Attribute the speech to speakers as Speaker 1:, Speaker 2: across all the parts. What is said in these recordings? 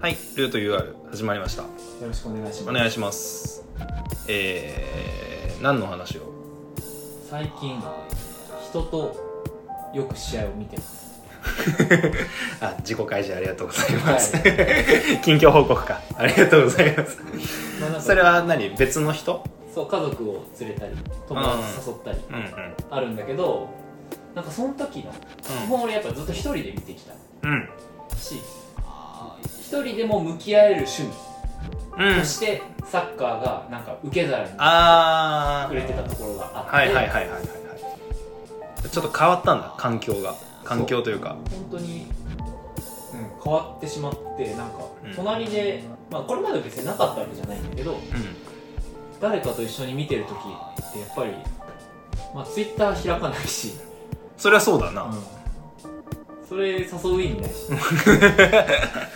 Speaker 1: はい、ルート UR 始まりました。
Speaker 2: よろしくお願いし
Speaker 1: お
Speaker 2: ます
Speaker 1: 願いします。えー、何の話を
Speaker 2: 最近人とよく試合を見てます
Speaker 1: あ、自己開示ありがとうございます。 近況報告か。ありがとうございます。
Speaker 2: まあなんか
Speaker 1: それは何別の人
Speaker 2: そう家族を連れたり友達誘ったり
Speaker 1: うんうん。
Speaker 2: あるんだけどなんかその時の基本俺やっぱずっと一人で見てきた
Speaker 1: うん。うん。
Speaker 2: し一人でも向き合える趣味
Speaker 1: うん
Speaker 2: と。してサッカーがなんか受け皿に
Speaker 1: あ
Speaker 2: 触れ
Speaker 1: ー。
Speaker 2: てたところがあって、
Speaker 1: はいはいはいはいはいはい。ちょっと変わったんだ、環境が。環境というか。
Speaker 2: 本当に、うん、変わってしまってなんか
Speaker 1: うん
Speaker 2: 隣で、まあ、これまで別になかったわけじゃないんだけど
Speaker 1: う
Speaker 2: 誰かと一緒に見てる時ってやっぱり、まあ、ツイッター開かないし、
Speaker 1: ん。それはそうだな。
Speaker 2: それ誘う意味ない し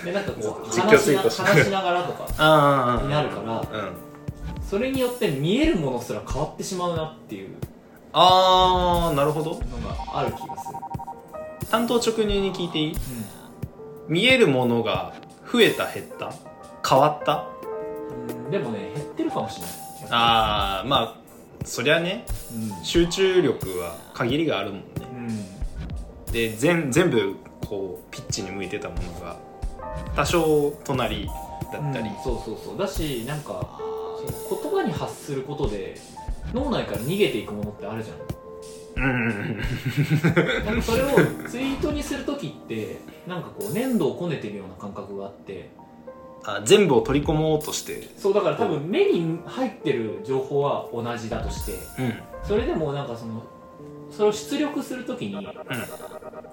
Speaker 2: でなんかこう
Speaker 1: 実況
Speaker 2: 話
Speaker 1: ツ
Speaker 2: し
Speaker 1: イ
Speaker 2: な
Speaker 1: ートして
Speaker 2: 話しながらとか
Speaker 1: あ
Speaker 2: になるから
Speaker 1: ら。うん。
Speaker 2: それによって見えるものすら変わってしまうなっていう
Speaker 1: あー、なるほど。
Speaker 2: のがある気がする、
Speaker 1: 担当直入に聞いていい見えるものが増えた減った変わった
Speaker 2: うんでもね減ってるかもしれない
Speaker 1: あーまあそりゃね集中力は限りがあるもんね
Speaker 2: うん、うん、
Speaker 1: で全全部こうピッチに向いてたものが多少隣だったり
Speaker 2: うん、そうそうそうだしなんかその言葉に発することで脳内から逃げていくものってあるじゃん
Speaker 1: うんうん
Speaker 2: なんかそれをツイートにする時ってなんかこう粘土をこねてるような感覚があって
Speaker 1: あ全部を取り込もうとして
Speaker 2: そうだから多分目に入ってる情報は同じだとして
Speaker 1: うんうん
Speaker 2: それでもなんかそのそれを出力する時に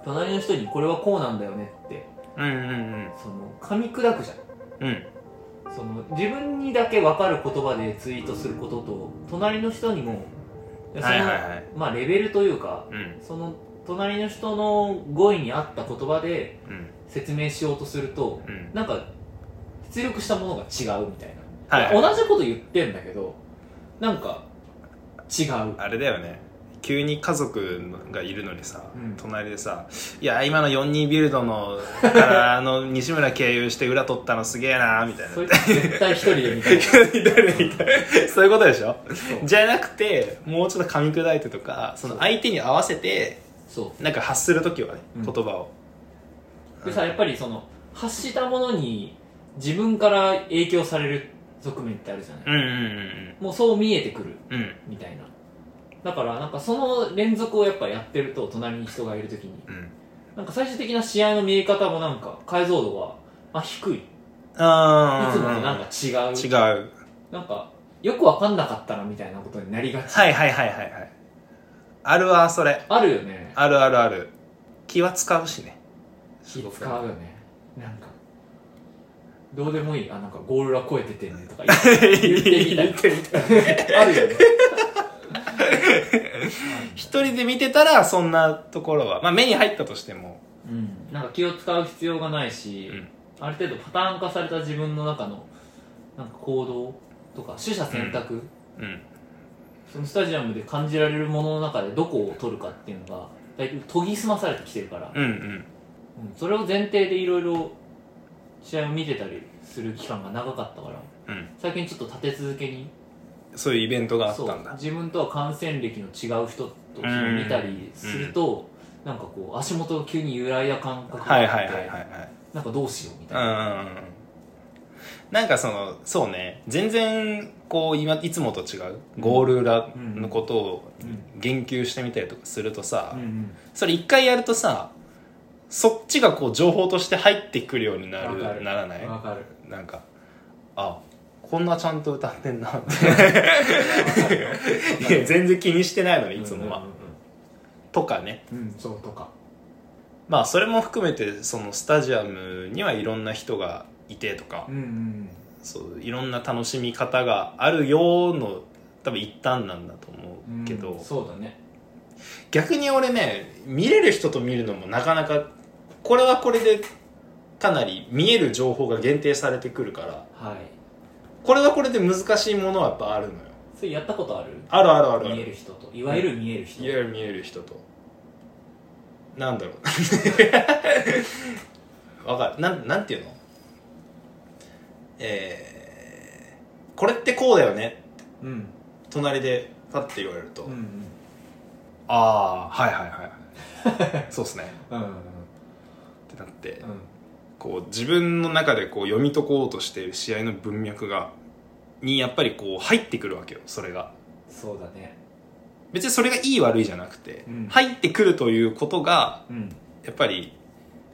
Speaker 2: 隣の人に「これはこうなんだよね」って
Speaker 1: うんうん
Speaker 2: その噛み砕くじゃ
Speaker 1: う
Speaker 2: ん
Speaker 1: んうん
Speaker 2: その自分にだけ分かる言葉でツイートすることと隣の人にもその、
Speaker 1: はいはいはい
Speaker 2: まあレベルというか
Speaker 1: うん
Speaker 2: その隣の人の語彙に合った言葉で
Speaker 1: うん
Speaker 2: 説明しようとすると
Speaker 1: うん
Speaker 2: なんか出力したものが違うみたい
Speaker 1: は
Speaker 2: な、
Speaker 1: いはい
Speaker 2: 同じこと言ってんだけどなんか違う
Speaker 1: あれだよね急に家族がいるのにさ、
Speaker 2: うん
Speaker 1: 隣でさ「いや今の42ビルドのからあの 西村経由して裏取ったのすげえな」みたいな
Speaker 2: それ絶対一人で見たいな
Speaker 1: 誰みたいなそういうことでしょ
Speaker 2: そう
Speaker 1: じゃなくてもうちょっと噛み砕いてとかその相手に合わせて
Speaker 2: そ
Speaker 1: なんか発する時はね、
Speaker 2: うん
Speaker 1: 言葉を
Speaker 2: うでさやっぱりその発したものに自分から影響される側面ってあるじゃない、
Speaker 1: うんうんうん
Speaker 2: もうそう見えてくる
Speaker 1: うんうん
Speaker 2: みたいなだからなんかその連続をやっぱやってると隣に人がいるときに
Speaker 1: うん
Speaker 2: なんか最終的な試合の見え方もなんか解像度は、まあ、低いい
Speaker 1: あ
Speaker 2: つもとなんか
Speaker 1: あ
Speaker 2: 違う、
Speaker 1: 違う
Speaker 2: なんかよく分かんなかったなみたいなことになりがち、
Speaker 1: はいはいはいはいはいあるわそれ
Speaker 2: あるよね
Speaker 1: あるあるある気は使うしね
Speaker 2: 気使うよねなんかどうでもいいあなんかゴールラ超えててねとか言っ言ってみたいあるよね
Speaker 1: 一人で見てたらそんなところは、まあ、目に入ったとしても、
Speaker 2: うんなんか気を使う必要がないし、
Speaker 1: うん
Speaker 2: ある程度パターン化された自分の中のなんか行動とか取捨選択、
Speaker 1: うん、
Speaker 2: そのスタジアムで感じられるものの中でどこを取るかっていうのがだいぶ研ぎ澄まされてきてるから、
Speaker 1: うんうん
Speaker 2: うんそれを前提でいろいろ試合を見てたりする期間が長かったから
Speaker 1: うん
Speaker 2: 最近ちょっと立て続けに
Speaker 1: そういうイベントがあっ
Speaker 2: そ
Speaker 1: た
Speaker 2: うん
Speaker 1: だ
Speaker 2: 自分とは感染歴の違う人と
Speaker 1: うん
Speaker 2: 見たりすると、なんかこう足元が急に揺らいだ感覚が
Speaker 1: は
Speaker 2: あ
Speaker 1: い
Speaker 2: って、
Speaker 1: はいはいはい
Speaker 2: なんかどうしようみたいな、
Speaker 1: はいうんなんかそのそうね全然こう今いつもと違うゴール裏のことを
Speaker 2: うん
Speaker 1: 言及してみたりとかするとさ、
Speaker 2: うんうん
Speaker 1: それ一回やるとさそっちがこう情報として入ってくるようにな
Speaker 2: わか
Speaker 1: る
Speaker 2: る
Speaker 1: ならない
Speaker 2: わかる
Speaker 1: なんかあこんなちゃんと歌ってんなっていや全然気にしてないのにいつもは、とかね
Speaker 2: うんうんうんうんそうとか
Speaker 1: まあそれも含めてそのスタジアムにはいろんな人がいてとか、
Speaker 2: うんうん
Speaker 1: そういろんな楽しみ方があるよの多分一端なんだと思
Speaker 2: うん
Speaker 1: うけど、
Speaker 2: うんそうだね
Speaker 1: 逆に俺ね見れる人と見るのもなかなかこれはこれでかなり見える情報が限定されてくるから
Speaker 2: はい
Speaker 1: これはこれで難しいものはやっぱあるのよ
Speaker 2: それやったことある
Speaker 1: あるあるあるあ
Speaker 2: 見え
Speaker 1: る
Speaker 2: る人といわゆる見える人、
Speaker 1: 見える見える人と なんだろうわかるなんなんていうのえーこれってこうだよね
Speaker 2: うん
Speaker 1: 隣でパッて言われると、
Speaker 2: うんうん
Speaker 1: ああはいはいはい そうっすね
Speaker 2: うんうん
Speaker 1: ってなって
Speaker 2: うん
Speaker 1: こう自分の中でこう読み解こうとしている試合の文脈がにやっぱりこう入ってくるわけよそれが
Speaker 2: そうだね
Speaker 1: 別にそれがいい悪いじゃなくて、
Speaker 2: うん
Speaker 1: 入ってくるということが
Speaker 2: うん
Speaker 1: やっぱり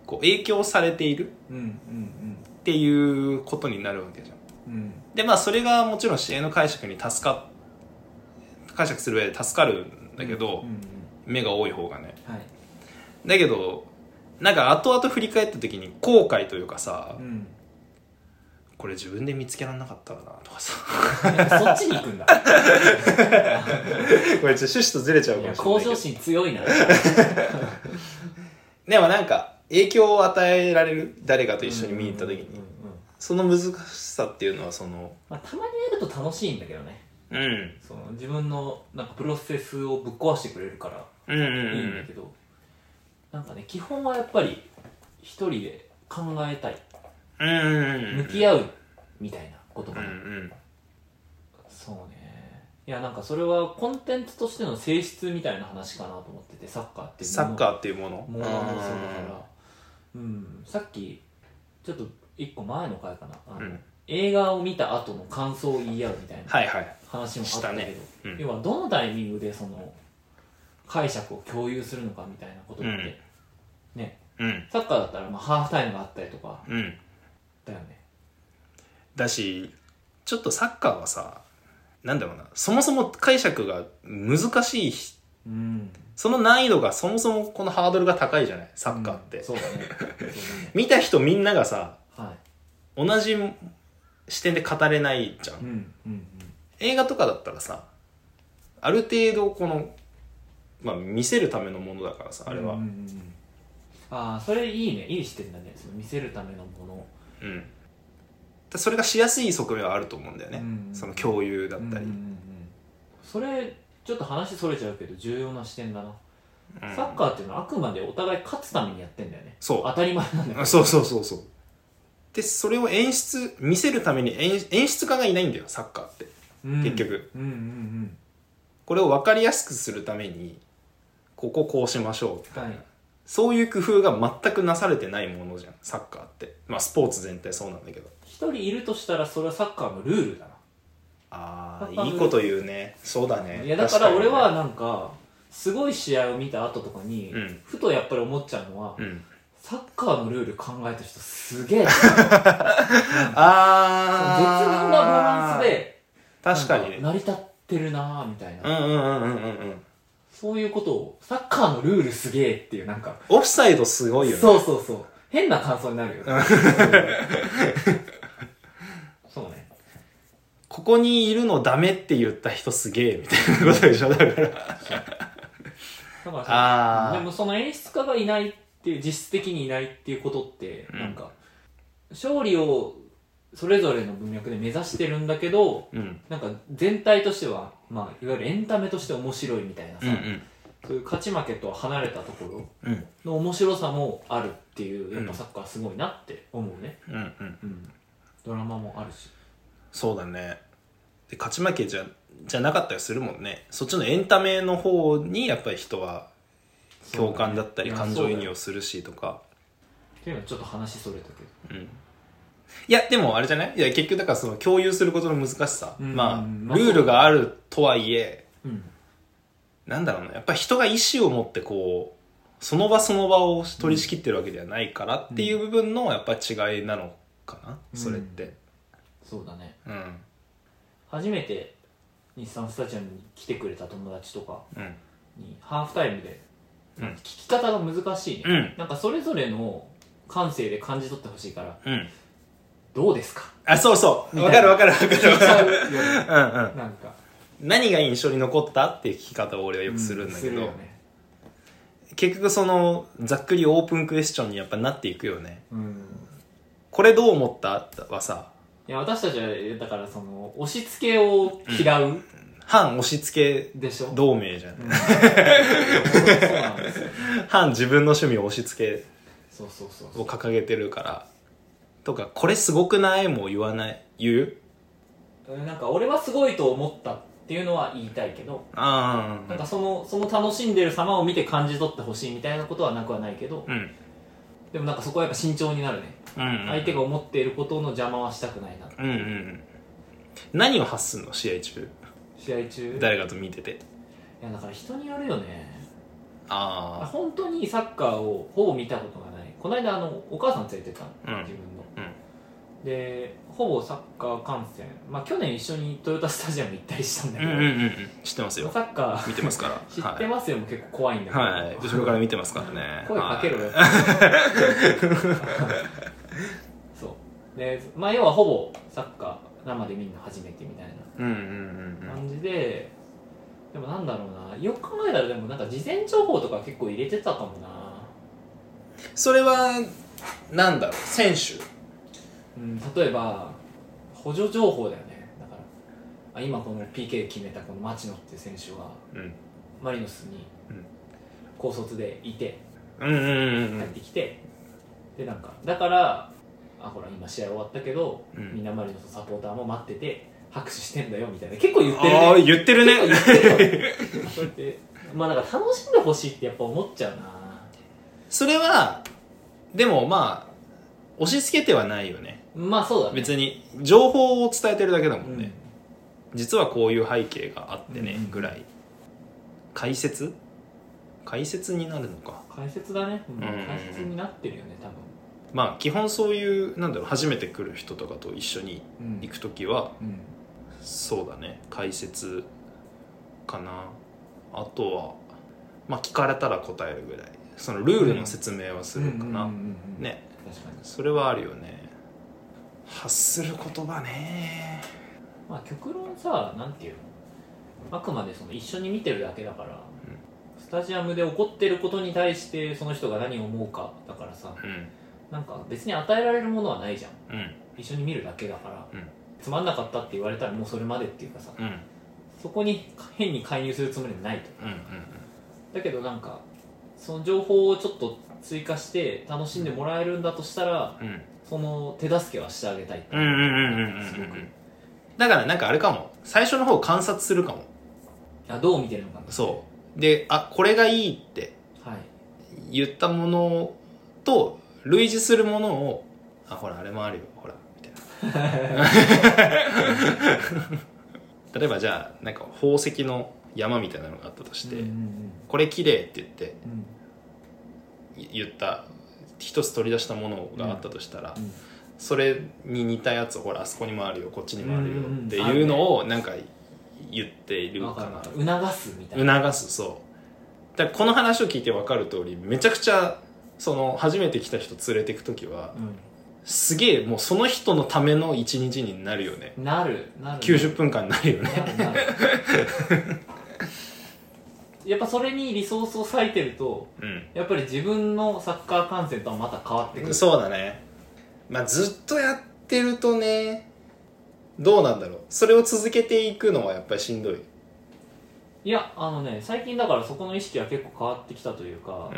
Speaker 1: こう影響されている
Speaker 2: うんうん
Speaker 1: っていうことになるわけじゃん
Speaker 2: うんうん
Speaker 1: でまあそれがもちろん試合の解釈に助か解釈する上で助かるんだけど、
Speaker 2: うんうん
Speaker 1: 目が多い方がね
Speaker 2: はい
Speaker 1: だけどなんか後々振り返った時に後悔というかさ、
Speaker 2: うん
Speaker 1: これ自分で見つけられなかったらなとかさ
Speaker 2: そっちに行く んだ
Speaker 1: これちょっと趣旨とずれちゃう
Speaker 2: い
Speaker 1: かも
Speaker 2: や
Speaker 1: しれな
Speaker 2: 向
Speaker 1: いけど
Speaker 2: 上心強いな
Speaker 1: でもなんか影響を与えられる誰かと一緒に見に行った時に、
Speaker 2: うんうんうんうん
Speaker 1: その難しさっていうのはその
Speaker 2: まあ、たまにやると楽しいんだけどね
Speaker 1: うん
Speaker 2: その自分のなんかプロセスをぶっ壊してくれるか
Speaker 1: うんうん
Speaker 2: らいいんだけど、なんかね基本はやっぱり一人で考えたい
Speaker 1: うんうんうん
Speaker 2: 向き合うみたいなこと
Speaker 1: う
Speaker 2: が、
Speaker 1: んうん
Speaker 2: そうねいやなんかそれはコンテンツとしての性質みたいな話かなと思っててサッカーっていうもの
Speaker 1: サッカーっていうもの
Speaker 2: ものもそうだからうんさっきちょっと一個前の回かなあの、
Speaker 1: うん
Speaker 2: 映画を見た後の感想を言い合うみたいな
Speaker 1: はいはい
Speaker 2: 話もあったけど、
Speaker 1: したねうん
Speaker 2: 要はどのタイミングでその解釈を共有するのかみたいなことって、
Speaker 1: うん
Speaker 2: ね
Speaker 1: うん
Speaker 2: サッカーだったらまあハーフタイムがあったりとか
Speaker 1: うん
Speaker 2: だよね
Speaker 1: だしちょっとサッカーはさなんだろうなそもそも解釈が難しいひ
Speaker 2: うん
Speaker 1: その難易度がそもそもこのハードルが高いじゃないサッカーって、
Speaker 2: うんそうだねそうだね
Speaker 1: 見た人みんながさ
Speaker 2: は
Speaker 1: 同じ視点で語れないじゃん
Speaker 2: いうんうん
Speaker 1: 映画とかだったらさある程度この、まあ、見せるためのものだからさあれは、
Speaker 2: うんうんうんああそれいいねいい視点だねその見せるためのもの
Speaker 1: うんだそれがしやすい側面はあると思うんだよね、
Speaker 2: うん
Speaker 1: その共有だったり、
Speaker 2: うんうんうんそれちょっと話それちゃうけど重要な視点だな、
Speaker 1: うん
Speaker 2: サッカーっていうのはあくまでお互い勝つためにやってんだよね
Speaker 1: そう
Speaker 2: 当たり前なんだよ
Speaker 1: あそうそうそうそうでそれを演出見せるために演演出家がいないんだよサッカーって結局
Speaker 2: うんうんうん
Speaker 1: これを分かりやすくするためにこここうしましょうみたいな、
Speaker 2: はい
Speaker 1: そういう工夫が全くなされてないものじゃんサッカーってまあスポーツ全体そうなんだけど
Speaker 2: 一人いるとしたらそれはサッカーのルールだ
Speaker 1: あ
Speaker 2: サッカ
Speaker 1: あ
Speaker 2: ー
Speaker 1: いいこと言うねそうだ
Speaker 2: な、
Speaker 1: ね
Speaker 2: いやだから俺は
Speaker 1: 確
Speaker 2: なんかすごい試合を見た後とかに、
Speaker 1: うん
Speaker 2: ふとやっぱり思っちゃうのは、
Speaker 1: かにねうん
Speaker 2: サッカーのルール考えた人すげえな絶妙
Speaker 1: ああ
Speaker 2: なバランスで
Speaker 1: 確かに
Speaker 2: なん
Speaker 1: ね
Speaker 2: 成り立ってるなーみたいな、
Speaker 1: うんうんうんうんうんうん
Speaker 2: そういうことをサッカーのルールすげえっていうなんか
Speaker 1: オフサイドすごいよね
Speaker 2: そうそうそう変な感想になるよね そうね
Speaker 1: ここにいるのダメって言った人すげえみたいなことでしょだから
Speaker 2: だから
Speaker 1: あ
Speaker 2: さ
Speaker 1: ー
Speaker 2: でもその演出家がいないっていう実質的にいないっていうことって
Speaker 1: うん
Speaker 2: なんか、勝利をそれぞれの文脈で目指してるんだけど
Speaker 1: うん
Speaker 2: なんか全体としては、まあ、いわゆるエンタメとして面白いみたいなさ、
Speaker 1: うん
Speaker 2: そういう勝ち負けとは離れたところ
Speaker 1: うんうん
Speaker 2: の面白さもあるっていうやっ
Speaker 1: う
Speaker 2: ぱ
Speaker 1: ん
Speaker 2: サッカーすごいなって思うね、
Speaker 1: うんうん
Speaker 2: うん、ドラマもあるし
Speaker 1: そうだねで勝ち負けじゃじゃなかったりするもんねそっちのエンタメの方にやっぱり人は共感だったり
Speaker 2: そう
Speaker 1: 感情移
Speaker 2: いやそうだ
Speaker 1: 入
Speaker 2: よ
Speaker 1: をするしとか
Speaker 2: っていうのはちょっと話それたけど
Speaker 1: うんいやでもあれじゃないいや結局だからその共有することの難しさ、
Speaker 2: うん
Speaker 1: まあ
Speaker 2: まあ
Speaker 1: ルールがあるとはいえ
Speaker 2: うん
Speaker 1: なんだろうなやっぱり人が意思を持ってこうその場その場を取り仕切ってるわけではないからっていう部分のやっぱ違いなのかな、
Speaker 2: うん
Speaker 1: それって
Speaker 2: そうだね
Speaker 1: うん
Speaker 2: 初めて日産スタジアムに来てくれた友達とか
Speaker 1: うん
Speaker 2: にハーフタイムで
Speaker 1: うん
Speaker 2: 聞き方が難しいね、
Speaker 1: うん
Speaker 2: なんかそれぞれの感性で感じ取ってほしいから
Speaker 1: うん
Speaker 2: どうで すか
Speaker 1: あそうそう
Speaker 2: み
Speaker 1: わ
Speaker 2: た
Speaker 1: か
Speaker 2: い
Speaker 1: る
Speaker 2: な
Speaker 1: わかるわか
Speaker 2: 聞い
Speaker 1: る
Speaker 2: ち
Speaker 1: わか
Speaker 2: ゃう
Speaker 1: る
Speaker 2: よね
Speaker 1: うんうん
Speaker 2: なんか
Speaker 1: 何が印象に残ったっていう聞き方を俺はよくするんだけ
Speaker 2: う
Speaker 1: ど、
Speaker 2: よね
Speaker 1: 結局そのざっくりオープンクエスチョンにやっぱなっていくよね
Speaker 2: うん
Speaker 1: これどう思ったはさ
Speaker 2: いや私たちはだからその押し付けを嫌う
Speaker 1: 反押し付
Speaker 2: でしょ、
Speaker 1: け同盟じゃ
Speaker 2: うんんそうなんですよ
Speaker 1: 反自分の趣味を押し付
Speaker 2: そうそうそう
Speaker 1: けを掲げてるからとか、これすごくないも言わない。言う
Speaker 2: うんなんか俺はすごいと思ったっていうのは言いたいけど
Speaker 1: あ
Speaker 2: なんか
Speaker 1: あ。
Speaker 2: そのその楽しんでる様を見て感じ取ってほしいみたいなことはなくはないけど
Speaker 1: うん。うん。
Speaker 2: でもなんかそこはやっぱ慎重になるね
Speaker 1: うん。
Speaker 2: 相手が思っていることの邪魔はしたくないな
Speaker 1: うんうんうん。何を発すんの試合中。
Speaker 2: 試合中
Speaker 1: 誰かと見てて。
Speaker 2: いやだから人によるよね
Speaker 1: あ
Speaker 2: 本当にサッカーをほぼ見たことがないこの間あのお母さん連れてったの、
Speaker 1: うん
Speaker 2: 自分の、
Speaker 1: う
Speaker 2: でほぼサッカー観戦まあ去年一緒にトヨタスタジアム行ったりしたんだ
Speaker 1: あ。
Speaker 2: け
Speaker 1: うん
Speaker 2: ど、
Speaker 1: うんうんうん。知ってますよ。
Speaker 2: サッカー
Speaker 1: 見てます から。
Speaker 2: 知ってますよ、もう結構怖いんだけど、
Speaker 1: はい。はい。後ろから見てますからね。
Speaker 2: 声かけろ
Speaker 1: は
Speaker 2: よ、
Speaker 1: い
Speaker 2: そうでまあ要はほぼサッカー生でみんな初めてみたい
Speaker 1: うんうん
Speaker 2: な
Speaker 1: うん
Speaker 2: 感じで、でもなんだろうなよく考えたらでもなんか事前情報とか結構入れてたかも
Speaker 1: う
Speaker 2: な、
Speaker 1: ん。それは、なんだろう、選手。
Speaker 2: うん、例えば補助情報だよねだからあ今この PK 決めたこの町野っていう選手は
Speaker 1: うん。
Speaker 2: マリノスに
Speaker 1: うん
Speaker 2: 高卒でいて
Speaker 1: うんうんうんう
Speaker 2: 帰っ
Speaker 1: ん。
Speaker 2: てきて、でなんかだからあほら今試合終わったけど、
Speaker 1: うん
Speaker 2: みんなマリノスのサポーターも待ってて拍手してんだよみたいな結構言ってる
Speaker 1: あ
Speaker 2: ね
Speaker 1: あ、言ってるね。
Speaker 2: 結構言ってるわこうやってまあなんか楽しんでほしいってやっぱ思っちゃうな
Speaker 1: それは、でもまあ、押し付けてはないよね。
Speaker 2: まあそうだね
Speaker 1: 別に、情報を伝えてるだけだも
Speaker 2: うんん
Speaker 1: ね。実はこういう背景があってね
Speaker 2: うん、
Speaker 1: ぐらい。解説解説になるのか。
Speaker 2: 解説だね、うん
Speaker 1: ん
Speaker 2: 解説になってるよね多分
Speaker 1: まあ、基本そういう、なんだろう、初めて来る人とかと一緒に
Speaker 2: うん
Speaker 1: 行くときは、
Speaker 2: うん
Speaker 1: そうだね解説かなあとはまあ聞かれたら答えるぐらいそのルールの説明はするかな、
Speaker 2: うんうんうんうん
Speaker 1: ね
Speaker 2: 確かに
Speaker 1: それはあるよね発する言葉ね
Speaker 2: まあ極論さなんていうのあくまでその一緒に見てるだけだから、
Speaker 1: うん
Speaker 2: スタジアムで起こってることに対してその人が何を思うかだからさ
Speaker 1: うん
Speaker 2: なんか別に与えられるものはないじゃん
Speaker 1: うん
Speaker 2: 一緒に見るだけだから、
Speaker 1: うん
Speaker 2: つまんなかったって言われたらもうそれまでっていうかさ
Speaker 1: うんうん
Speaker 2: そこに変に介入するつもりはないと
Speaker 1: うん
Speaker 2: だけどなんかその情報をちょっと追加して楽しんでもらえるんだとしたら
Speaker 1: うん
Speaker 2: その手助けはしてあげたいって
Speaker 1: う
Speaker 2: い
Speaker 1: んうんうんうんうんうん
Speaker 2: すごく
Speaker 1: だからなんかあれかも最初の方観察するかも
Speaker 2: あどう見てるのかな
Speaker 1: そうであこれがいいって
Speaker 2: はい
Speaker 1: 言ったものと類似するものをあほらあれもあるよほらみたい な例えばじゃあなんか宝石の山みたいなのがあったとして、
Speaker 2: うんうん
Speaker 1: これ綺麗って言って
Speaker 2: うんうん
Speaker 1: い言った一つ取り出したものがあったとしたら、
Speaker 2: うん
Speaker 1: それに似たやつをほらあそこにもあるよこっちにもあるよ
Speaker 2: うんうんうん
Speaker 1: っていうのをなんか言っている
Speaker 2: わ
Speaker 1: か
Speaker 2: か
Speaker 1: な
Speaker 2: る促すみたいな
Speaker 1: 促すそうだからこの話を聞いて分かる通りめちゃくちゃその初めて来た人連れてく時はすげえもうその人のための一日になるよね
Speaker 2: うん、なるなる
Speaker 1: 90分間になるよね
Speaker 2: なるなるやっぱそれにリソースを割いてるとやっぱり自分のサッカー観戦とはまた変わってく
Speaker 1: う
Speaker 2: る
Speaker 1: んそうだねまあずっとやってるとねどうなんだろうそれを続けていくのはやっぱりしんどい
Speaker 2: いやあのね最近だからそこの意識は結構変わってきたというか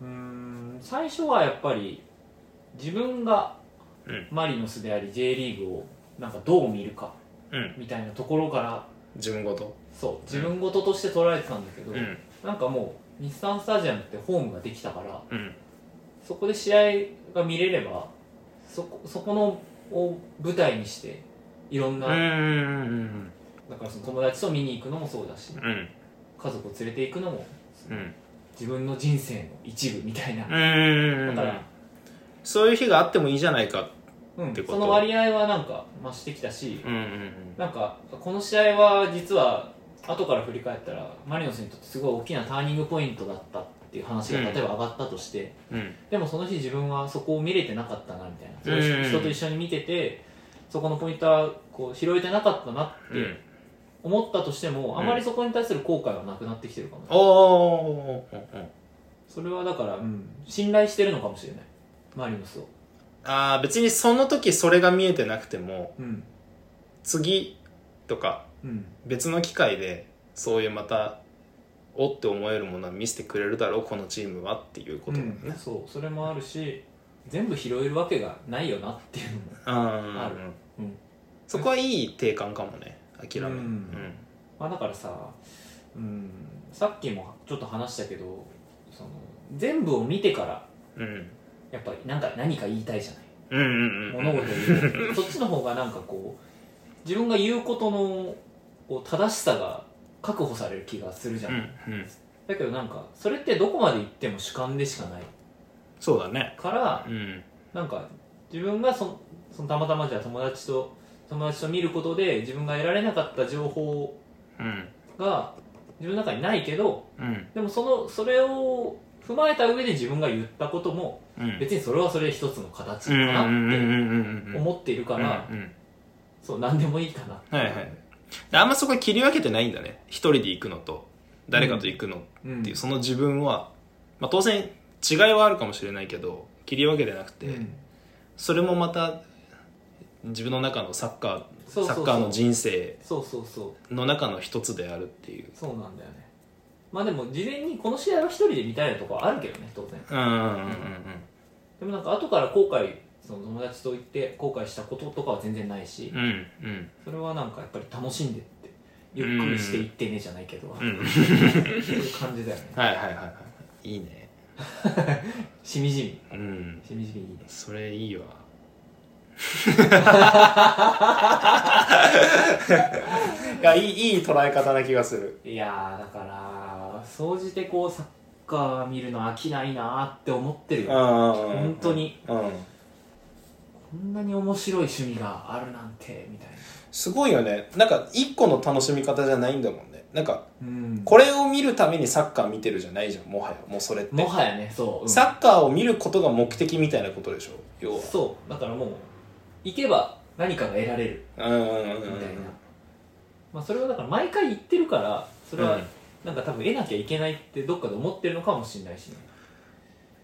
Speaker 1: うん
Speaker 2: うーん最初はやっぱり自分が
Speaker 1: うん
Speaker 2: マリノスであり J リーグをなんかどう見るか
Speaker 1: うん
Speaker 2: みたいなところから
Speaker 1: 自分ごと
Speaker 2: そう自分事として捉えてたんだけど、
Speaker 1: うん
Speaker 2: なんかもう日産スタジアムってホームができたから
Speaker 1: うん
Speaker 2: そこで試合が見れればそこそこのを舞台にしていろんな、
Speaker 1: うんうん
Speaker 2: だからその友達と見に行くのもそうだし
Speaker 1: うんうん
Speaker 2: 家族を連れて行くのも
Speaker 1: うん
Speaker 2: 自分の人生の一部みたいな、
Speaker 1: うんう
Speaker 2: だ
Speaker 1: ん
Speaker 2: から、
Speaker 1: そういう日があってもいいじゃないか
Speaker 2: うん
Speaker 1: ってこと
Speaker 2: その割合はなんか増してきたし、
Speaker 1: うんうん
Speaker 2: なんかこの試合は実は後から振り返ったらマリノスにとってすごい大きなターニングポイントだったっていう話が
Speaker 1: うん
Speaker 2: 例えば上がったとして、
Speaker 1: うんうん
Speaker 2: でもその日自分はそこを見れてなかったなみたいなそれを
Speaker 1: うん
Speaker 2: 人と一緒に見ててそこのポイントはこう拾えてなかったなっ
Speaker 1: う
Speaker 2: て
Speaker 1: ん
Speaker 2: 思ったとしても、
Speaker 1: ん
Speaker 2: あまりそこに対する後悔はなくなってきてるかも、
Speaker 1: おー
Speaker 2: それはだから、信頼してるのかもしれないマリノスを、
Speaker 1: あー別にその時それが見えてなくても
Speaker 2: うん
Speaker 1: 次とか
Speaker 2: うん、
Speaker 1: 別の機会でそういうまたおって思えるものは見せてくれるだろうこのチームはっていうことだよね
Speaker 2: そうそれもあるし全部拾えるわけがないよなっていうのも
Speaker 1: あ
Speaker 2: ある
Speaker 1: う
Speaker 2: うん
Speaker 1: んそこはいい定感かもね諦め
Speaker 2: うん
Speaker 1: うん
Speaker 2: まあ、だからさ、うん、さっきもちょっと話したけどその全部を見てから
Speaker 1: うん
Speaker 2: やっぱりなんか何か言いたいじゃない
Speaker 1: うんうんうん
Speaker 2: 物事を 言うそっちの方がなんかこう自分が言うことのこう正しさが確保される気がするじゃ、
Speaker 1: うんん
Speaker 2: だけどなんかそれってどこまで行っても主観でしかない
Speaker 1: そうだね
Speaker 2: から
Speaker 1: うん
Speaker 2: なんか自分がそそのたまたまじゃあ友達と友達と見ることで自分が得られなかった情報
Speaker 1: うん
Speaker 2: が自分の中にないけど
Speaker 1: うん
Speaker 2: でもそのそれを踏まえた上で自分が言ったことも
Speaker 1: うん
Speaker 2: 別にそれはそれで一つの形
Speaker 1: う
Speaker 2: か
Speaker 1: んうんうんう
Speaker 2: なっ
Speaker 1: んうん
Speaker 2: て思っているから、
Speaker 1: うんうん
Speaker 2: そう何でもいいかなって
Speaker 1: はいはいあんまそこは切り分けてないんだね一人で行くのと誰かと行くの
Speaker 2: うん
Speaker 1: っていうその自分はまあ当然違いはあるかもしれないけど切り分けてなくて
Speaker 2: うん
Speaker 1: それもまた自分の中のサッカ
Speaker 2: そ
Speaker 1: ー
Speaker 2: うそう
Speaker 1: サ
Speaker 2: そう
Speaker 1: ッカーの人生
Speaker 2: そうそうそう
Speaker 1: の中の一つであるっていう
Speaker 2: そうなんだよねまあでも事前にこの試合は一人で見たいなとこはあるけどね当然
Speaker 1: うんうんうん
Speaker 2: でもなんか後から後悔その友達と行って後悔したこととかは全然ないし、
Speaker 1: うんうんうん
Speaker 2: それはなんかやっぱり楽しんでってゆっくりしていってねじゃないけど、
Speaker 1: うん
Speaker 2: そういう感じだよね
Speaker 1: はいはいはいはいいいね
Speaker 2: しみじみ
Speaker 1: うん
Speaker 2: しみじみいいね
Speaker 1: それい いわいやいいいい捉え方な気がする
Speaker 2: いやーだから総じてこうサッカー見るの飽きないなーって思ってるよ
Speaker 1: 本
Speaker 2: 本当に
Speaker 1: うん
Speaker 2: こんなに面白い趣味があるなんてみたいな
Speaker 1: すごいよねなんか一個の楽しみ方じゃないんだもんねなんか
Speaker 2: うん
Speaker 1: これを見るためにサッカー見てるじゃないじゃんもはやもうそれって
Speaker 2: もはやねそう、うん
Speaker 1: サッカーを見ることが目的みたいなことでしょ要は
Speaker 2: そうだからもう行けば何かが得られる
Speaker 1: うんうんうん
Speaker 2: み
Speaker 1: う
Speaker 2: たい
Speaker 1: ん
Speaker 2: な、まあ、それはだから毎回行ってるからそれ
Speaker 1: う
Speaker 2: は
Speaker 1: ん
Speaker 2: なんか多分得なきゃいけないってどっかで思ってるのかもしれないしね、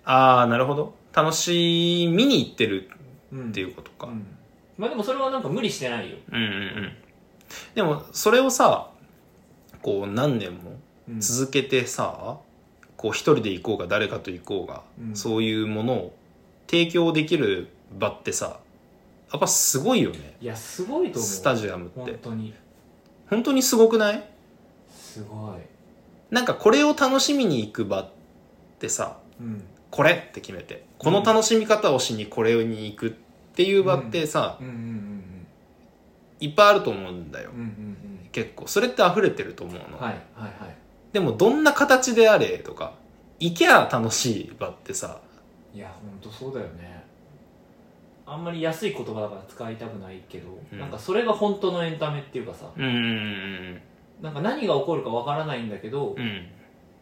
Speaker 1: ああなるほど楽しみに行ってる
Speaker 2: うん、
Speaker 1: っていううことか、
Speaker 2: んまあでもそれはなんか無理してないよ、
Speaker 1: うんうんうんでもそれをさこう何年も
Speaker 2: うん
Speaker 1: 続けてさ、こう一人で行こうが誰かと行こうが、
Speaker 2: うん
Speaker 1: そういうものを提供できる場ってさやっぱすごいよね
Speaker 2: いやすごいと思う
Speaker 1: スタジアムって
Speaker 2: 本当に
Speaker 1: 本当にすごくない
Speaker 2: すごい、
Speaker 1: なんかこれを楽しみに行く場ってさ
Speaker 2: うん
Speaker 1: これって決めてこの楽しみ方をしにこれに行くっていう場ってさ、
Speaker 2: うんうん
Speaker 1: いっぱいあると思うんだよ、
Speaker 2: うんうんうんうん
Speaker 1: 結構それって溢れてると思うの、
Speaker 2: はいはいはい
Speaker 1: でもどんな形であれとか行きゃ楽しい場ってさ
Speaker 2: いや本当そうだよねあんまり安い言葉だから使いたくないけど、
Speaker 1: うん
Speaker 2: なんかそれが本当のエンタメっていうかさ
Speaker 1: うんうん
Speaker 2: なんか何が起こるかわからないんだけど、
Speaker 1: うん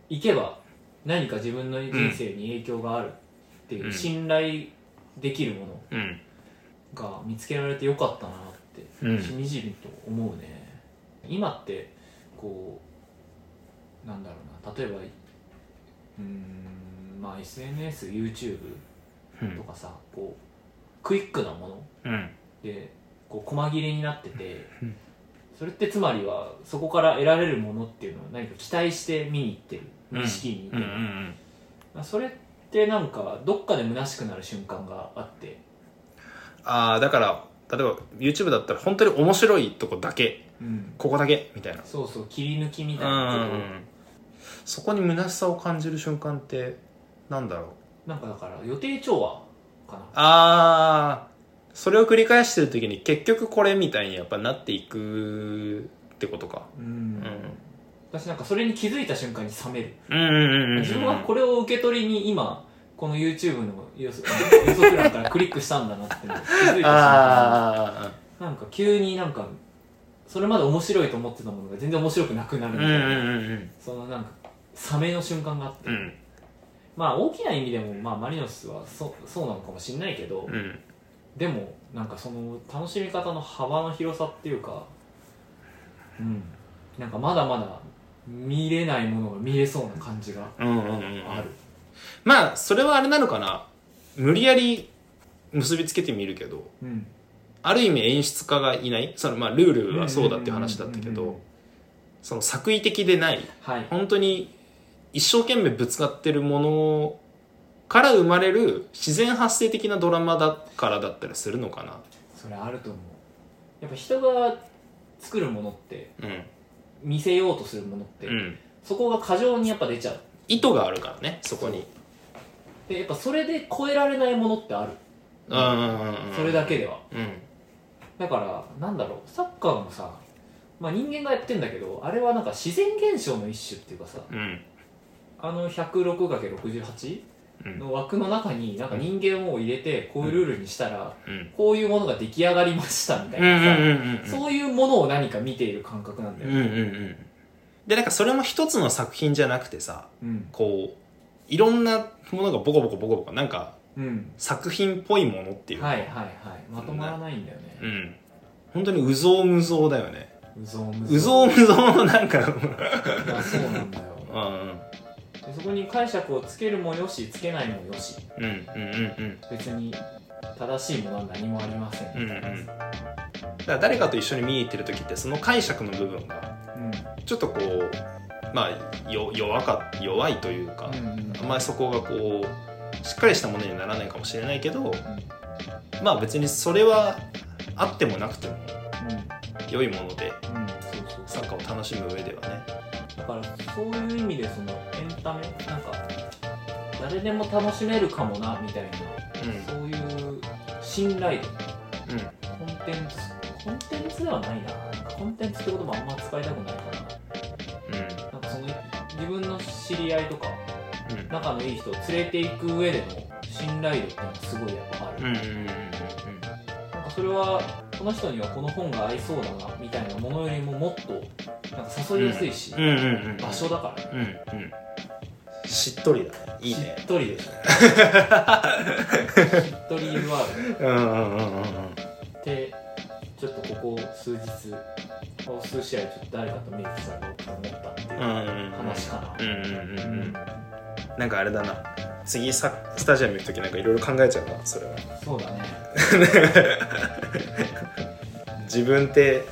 Speaker 2: 行けば何か自分の人生に影響があるっていううん信頼できるもの
Speaker 1: うん
Speaker 2: が見つけられてよかったなっ
Speaker 1: うん
Speaker 2: てしみじみと思うね今ってこうなんだろうな例えばうーんまあ SNSYouTube とかさこうクイックなもの
Speaker 1: うん
Speaker 2: でこう細切れになってて
Speaker 1: うん
Speaker 2: それってつまりはそこから得られるものっていうのを何か期待して見に行ってる
Speaker 1: うん
Speaker 2: 意識に行って
Speaker 1: うんう
Speaker 2: る、
Speaker 1: ん
Speaker 2: まあそれってなんかどっかで虚しくなる瞬間があって
Speaker 1: ああだから例えば YouTube だったら本当に面白いとこだけ
Speaker 2: うん
Speaker 1: ここだけみたいな
Speaker 2: そうそう切り抜きみたいなけど
Speaker 1: うんそこに虚しさを感じる瞬間ってなんだろう
Speaker 2: なんかだから予定調和かな
Speaker 1: ああそれを繰り返してる時に結局これみたいにやっぱなっていくってことか
Speaker 2: うん、
Speaker 1: ん
Speaker 2: 私なんかそれに気づいた瞬間に冷める
Speaker 1: うんうんうんうん
Speaker 2: 自分はこれを受け取りに今この YouTube の予測予測欄からクリックしたんだなっていうのを気づいた瞬間
Speaker 1: あ
Speaker 2: になんか急になんかそれまで面白いと思ってたものが全然面白くなくなる
Speaker 1: あう
Speaker 2: み
Speaker 1: ん
Speaker 2: た
Speaker 1: う
Speaker 2: い
Speaker 1: ん
Speaker 2: な、
Speaker 1: うん
Speaker 2: そのなんか冷めの瞬間があって、
Speaker 1: うん
Speaker 2: まあ大きな意味でも、まあ、マリノスはそそうなのかもしれないけど、
Speaker 1: うん
Speaker 2: でもなんかその楽しみ方の幅の広さっていうかうんなんかまだまだ見れないものが見れそうな感じが
Speaker 1: うんうんうんうん
Speaker 2: ある、
Speaker 1: まあそれはあれなのかな無理やり結びつけてみるけど
Speaker 2: うん、
Speaker 1: ある意味演出家がいないそのまあルールはそうだっていう話だったけ
Speaker 2: うんうんうんうん
Speaker 1: どその作為的でない
Speaker 2: はい
Speaker 1: 本当に一生懸命ぶつかってるものから生まれる自然発生的なドラマだからだったりするのか
Speaker 2: それあると思うやっぱ人が作るものって
Speaker 1: なうん
Speaker 2: 見せようとするものって、
Speaker 1: うん
Speaker 2: そこが過剰にやっぱ出ちゃう
Speaker 1: 意図があるからねそこに
Speaker 2: でやっぱそれで超えられないものってある、
Speaker 1: うんうんうんうん
Speaker 2: それだけでは
Speaker 1: うん
Speaker 2: だからなんだろうサッカーもさ、まあ、人間がやってんだけどあれはなんか自然現象の一種っていうかさ
Speaker 1: うん
Speaker 2: あの 106×68
Speaker 1: うん
Speaker 2: の枠の中になんか人間を入れてこういうルールにしたら
Speaker 1: うん
Speaker 2: こういうものが出来上がりましたみたい
Speaker 1: うんうん
Speaker 2: なさ、
Speaker 1: うんうん
Speaker 2: そういうものを何か見ている感覚なんだ
Speaker 1: うん
Speaker 2: よ
Speaker 1: うんう
Speaker 2: ね、
Speaker 1: んでなんかそれも一つの作品じゃなくてさ
Speaker 2: うん
Speaker 1: こういろんなものがボコボコボコボコなんか
Speaker 2: うん
Speaker 1: 作品っぽいものっていうか、
Speaker 2: はいはいはいまとまらないんだよね
Speaker 1: うん本当にうぞうむぞうだよね
Speaker 2: うぞうむ
Speaker 1: うぞうむぞうのなんか
Speaker 2: いやそうなんだよ
Speaker 1: うんうん
Speaker 2: でそこに解釈をつけるもよしつけないもよし
Speaker 1: うんうんうん
Speaker 2: 別に正しいものは何もありません、
Speaker 1: うんうんうんだから誰かと一緒に見に行ってる時ってその解釈の部分が
Speaker 2: うん
Speaker 1: ちょっとこうまあよ弱か弱いというか、
Speaker 2: うん
Speaker 1: あんまりそこがこうしっかりしたものにならないかもしれないけど
Speaker 2: う
Speaker 1: まあ別にそれはあってもなくても
Speaker 2: んうん
Speaker 1: 良いもので
Speaker 2: うんそうそう
Speaker 1: サッカーを楽しむ上ではね
Speaker 2: だからそういう意味でそのエンタメなんか誰でも楽しめるかもなみたいなそういう信頼
Speaker 1: うんうん
Speaker 2: コンテンツコンテンツではないななんかコンテンツって言葉あんま使いたくないからななんかその自分の知り合いとか仲のいい人を連れていく上での信頼度っていうのはすごいやっぱある、
Speaker 1: うんうんうんうんうん
Speaker 2: なんかそれはこの人にはこの本が合いそうだなみたいなものよりももっとなんか誘いやすいし、
Speaker 1: うんうんうん
Speaker 2: 場所だから
Speaker 1: うんうんしっとりだねいいね
Speaker 2: しっとりですねしっとり UR
Speaker 1: うんうんうんうんうん
Speaker 2: でちょっとここ数日こう数試合ちょっと誰かとメイクさんが多く思ったっていう
Speaker 1: うんうんうん
Speaker 2: 話か
Speaker 1: うんうん
Speaker 2: な、
Speaker 1: うんうんなんかあれだな次サスタジアム行く時なんかいろいろ考えちゃうなそれは
Speaker 2: そうだね
Speaker 1: 自分って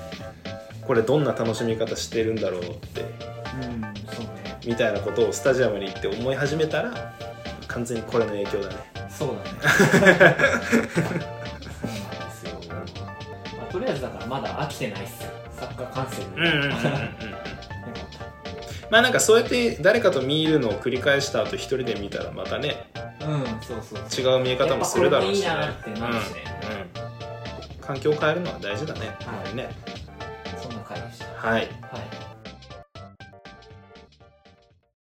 Speaker 1: これどんな楽しみ方してるんだろうって
Speaker 2: うんそうね
Speaker 1: みたいなことをスタジアムに行って思い始めたら完全にこれの影響だね
Speaker 2: そうだねそうなんですよ、まあ、とりあえずだからまだ飽きてないっすよサッカー観戦に、 よかっ
Speaker 1: まあなんかそうやって誰かと見るのを繰り返した後一人で見たらまたね
Speaker 2: たうんそうそうそう
Speaker 1: 違う見え方もするだろうし、ね、
Speaker 2: やっぱこれもいいなってなるしね
Speaker 1: うんうん環境を変えるのは大事だね、
Speaker 2: はい
Speaker 1: ね
Speaker 2: そんな回でした
Speaker 1: はい
Speaker 2: はい